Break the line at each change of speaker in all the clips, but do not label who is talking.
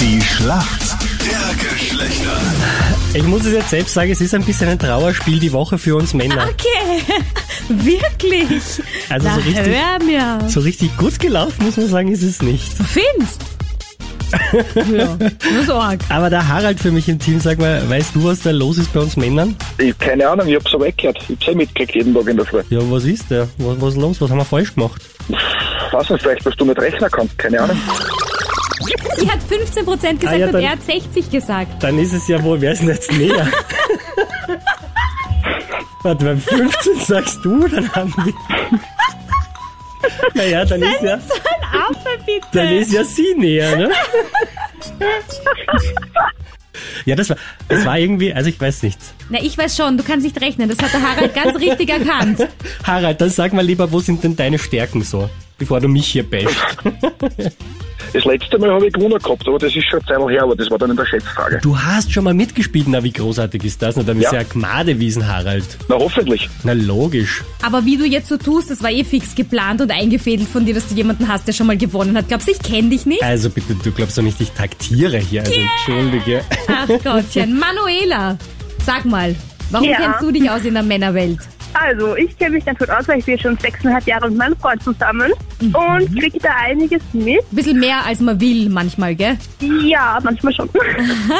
Die Schlacht der Geschlechter.
Ich muss es jetzt selbst sagen, es ist ein bisschen ein Trauerspiel die Woche für uns Männer.
Okay, wirklich.
Also
Na,
so richtig-
hör mir.
So richtig gut gelaufen, muss man sagen, ist es nicht.
Du findest. ja, nur so arg.
Aber der Harald für mich im Team, sag mal, weißt du, was da los ist bei uns Männern?
Ich, keine Ahnung, ich hab's aber weggehört. Ich hab's eh mitgekriegt jeden Tag in der Früh.
Ja, was ist da? Was, was ist los? Was haben wir falsch gemacht?
Weiß nicht, vielleicht, was du mit Rechner kannst, keine Ahnung.
Sie hat 15% gesagt
Ah, ja,
und
dann-
er hat 60 gesagt.
Dann ist es ja wohl, wer ist denn jetzt näher? Warte, beim 15 sagst du, dann haben wir... Naja, dann ist, ja,
Affe, bitte.
dann ist ja sie näher, ne? Ja, das war, das war irgendwie, also ich weiß nicht.
Na, ich weiß schon, du kannst nicht rechnen. Das hat der Harald ganz richtig erkannt.
Harald, dann sag mal lieber, wo sind denn deine Stärken so, bevor du mich hier bashst?
Das letzte Mal habe ich gewonnen gehabt, aber das ist schon eine Zeit her, aber das war dann in der Schätzfrage.
Du hast schon mal mitgespielt, na wie großartig ist das? Na, dann ist
Ja.
ja Gmadewiesen, Harald.
Na, hoffentlich.
Na logisch.
Aber wie du jetzt so tust, das war eh fix geplant und eingefädelt von dir, dass du jemanden hast, der schon mal gewonnen hat. Glaubst du, ich kenne dich nicht?
Also bitte, du glaubst doch nicht, ich taktiere hier. Also entschuldige.
Ach Gottchen. Manuela, sag mal, warum
Ja.
kennst du dich aus in der Männerwelt?
Also, ich kenne mich ganz gut aus, weil ich bin schon sechseinhalb Jahre mit meinem Freund zusammen und kriege da einiges mit.
Ein bisschen mehr, als man will manchmal, gell?
Ja, manchmal schon.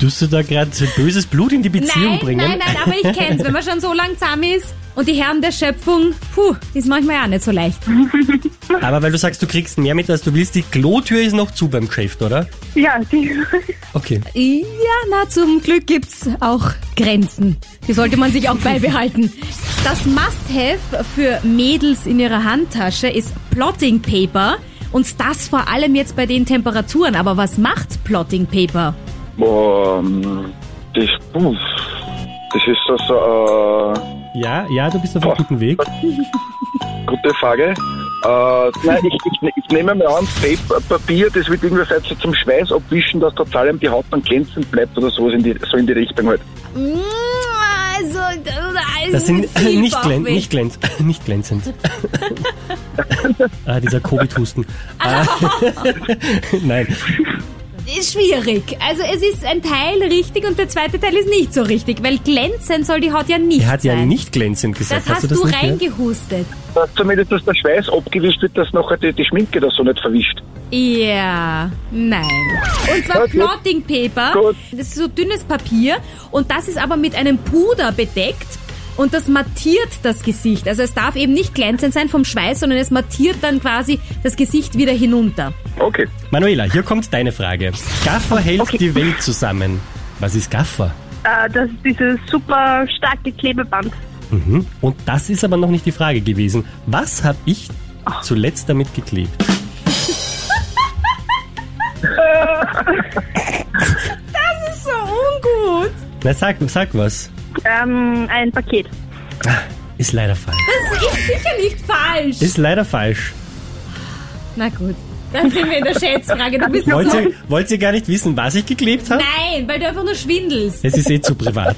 Tust du da gerade so böses Blut in die Beziehung
nein,
bringen?
nein, nein, aber ich kenn's. Wenn man schon so lang zusammen ist und die Herren der Schöpfung, puh, ist manchmal auch nicht so leicht.
Aber weil du sagst, du kriegst mehr mit, als du willst, die Klotür ist noch zu beim Geschäft, oder?
ja, die,
Okay.
Ja, na, zum Glück gibt's auch Grenzen. Die sollte man sich auch beibehalten. Das Must-Have für Mädels in ihrer Handtasche ist Plotting Paper. Und das vor allem jetzt bei den Temperaturen. Aber was macht Plotting Paper?
Boah, ähm, das, puh, das ist das, äh,
Ja, ja, du bist auf einem guten Weg.
gute Frage. Äh, nein, ich, ich, ich nehme mal an, Tape, Papier, das wird irgendwie vielleicht so zum Schweiß abwischen, dass da vor allem die Haut dann glänzend bleibt oder sowas in die, so in die Richtung halt.
Mm, Also, also
Das sind
viel
nicht, glän
Bauchweh.
nicht, glänz nicht glänzend. ah, dieser Covid-Husten. Ah. Nein.
Ist schwierig. Also es ist ein Teil richtig und der zweite Teil ist nicht so richtig, weil glänzend soll die Haut ja nicht
Er hat ja
sein.
nicht glänzend gesagt.
das hast,
du das
du
nicht gehört?
reingehustet.
Dass zumindest, dass der Schweiß abgewischt wird, dass nachher die, die Schminke das so nicht verwischt.
Ja, nein. Und zwar
Okay.
Plotting Paper.
Gut.
Das ist so dünnes Papier und das ist aber mit einem Puder bedeckt und das mattiert das Gesicht. Also es darf eben nicht glänzend sein vom Schweiß, sondern es mattiert dann quasi das Gesicht wieder hinunter.
Okay.
Manuela, hier kommt deine Frage. Gaffer hält
Okay.
die Welt zusammen. Was ist Gaffer?
äh, das ist dieses super starke Klebeband.
Mhm. Und das ist aber noch nicht die Frage gewesen. Was habe ich zuletzt damit geklebt?
So ungut.
Na, sag, sag was.
Ähm, ein Paket.
Ist leider falsch.
Das ist sicher nicht falsch.
Ist leider falsch.
Na gut, dann sind wir in der Schätzfrage. Du bist
Wollt
so...
ihr, wollt ihr gar nicht wissen, was ich geklebt habe?
Nein, weil du einfach nur schwindelst.
Es ist eh zu privat.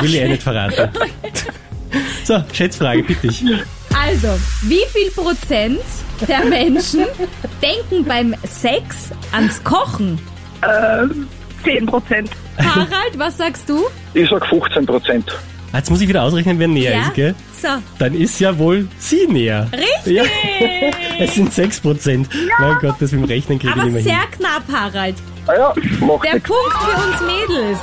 Will ich eh nicht verraten. So, Schätzfrage, bitte ich.
Also, wie viel Prozent der Menschen denken beim Sex ans Kochen?
Ähm, 10 Prozent.
Harald, was sagst du?
Ich sag 15 Prozent.
Jetzt muss ich wieder ausrechnen, wer näher ist, gell?
So,
Dann ist ja wohl sie näher.
richtig.
Ja. Es sind 6%. Mein Gott, das mit dem Rechnen kriege ich
Aber
nicht mehr hin.
sehr knapp, Harald.
Ah ja, macht
Der Punkt für uns Mädels.